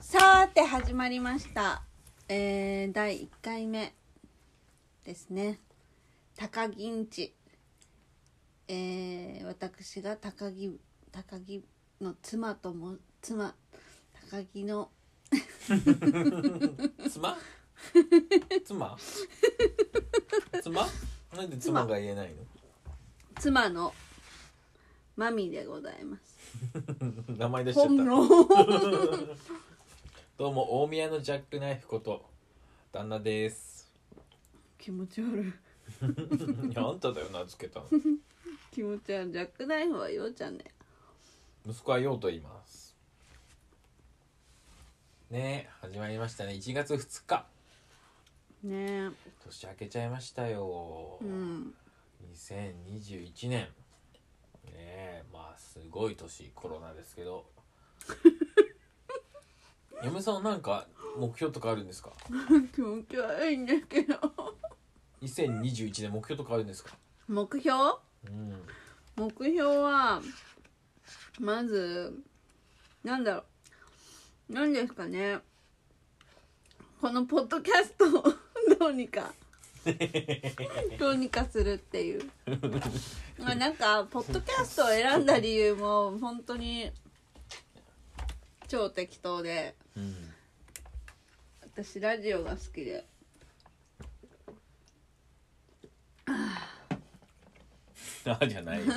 さて始まりました。えー、第1回目ですね。高木んち。えー、私が高木、高木の妻とも、妻、高木の、妻妻妻なんで妻が言えない妻の、マミでございます。の 名前出しちゃっ本た能。 どうも大宮のジャックナイフこと旦那です 気持ち悪い。いやあんただよ名付けたの気持ち悪い。ジャックナイフはようちゃんね。息子はようと言いますねえ始まりましたね1月2日ね年明けちゃいましたよ、え。うん。 2021年ねえまあすごい年コロナです けど嫁さんなんか目標とかあるんですか気持ち悪いんですけど。 2021年目標とかあるんですか目標 うん目標はまずなんだろう何ですかねこのポッドキャストを どうにかどうにかするっていうまあなんかポッドキャストを選んだ理由も本当に超適当でうん私ラジオが好きでああじゃないよ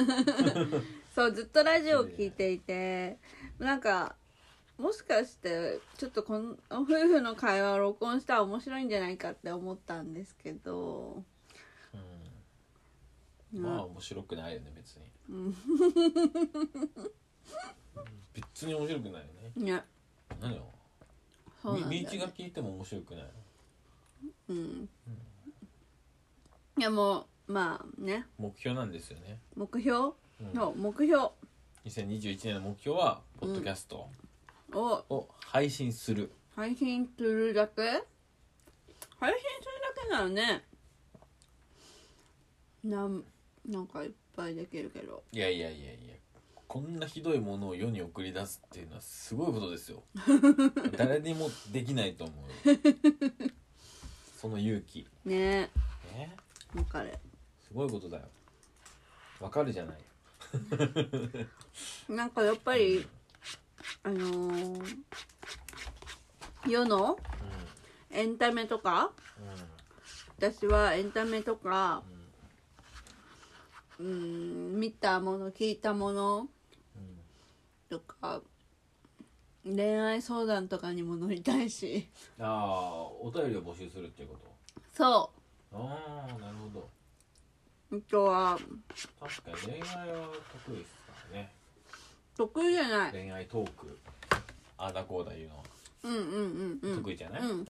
そうずっとラジオを聞いていてなんかもしかしてちょっとこの夫婦の会話を録音したら面白いんじゃないかって思ったんですけど、うんまあ面白くないよね別にうん別に面白くないよねいや何よそうなんだみ身よ内ねが聞いても面白くないうんいやもうまあね目標なんですよね、目標うん、の目標2021年の目標はポッドキャストをを配信する、配信するだけ配信するだけならねなんなんかいっぱいできるけどいやいやいやいやこんなひどいものを世に送り出すっていうのはすごいことで すよ誰にもできないと思うその勇気ねねえわかるすごいことだよわかるじゃないなんかやっぱり、あのー世のエンタメとか私はエンタメとかうーん見たもの聞いたものとか恋愛相談とかにも乗りたいしああお便りを募集するっていうこそとああなるほどうあとは確かに恋愛は得意ですからね得意じゃない恋愛トークああだこうだ言うのはうんうんうんうん得意じゃない、うん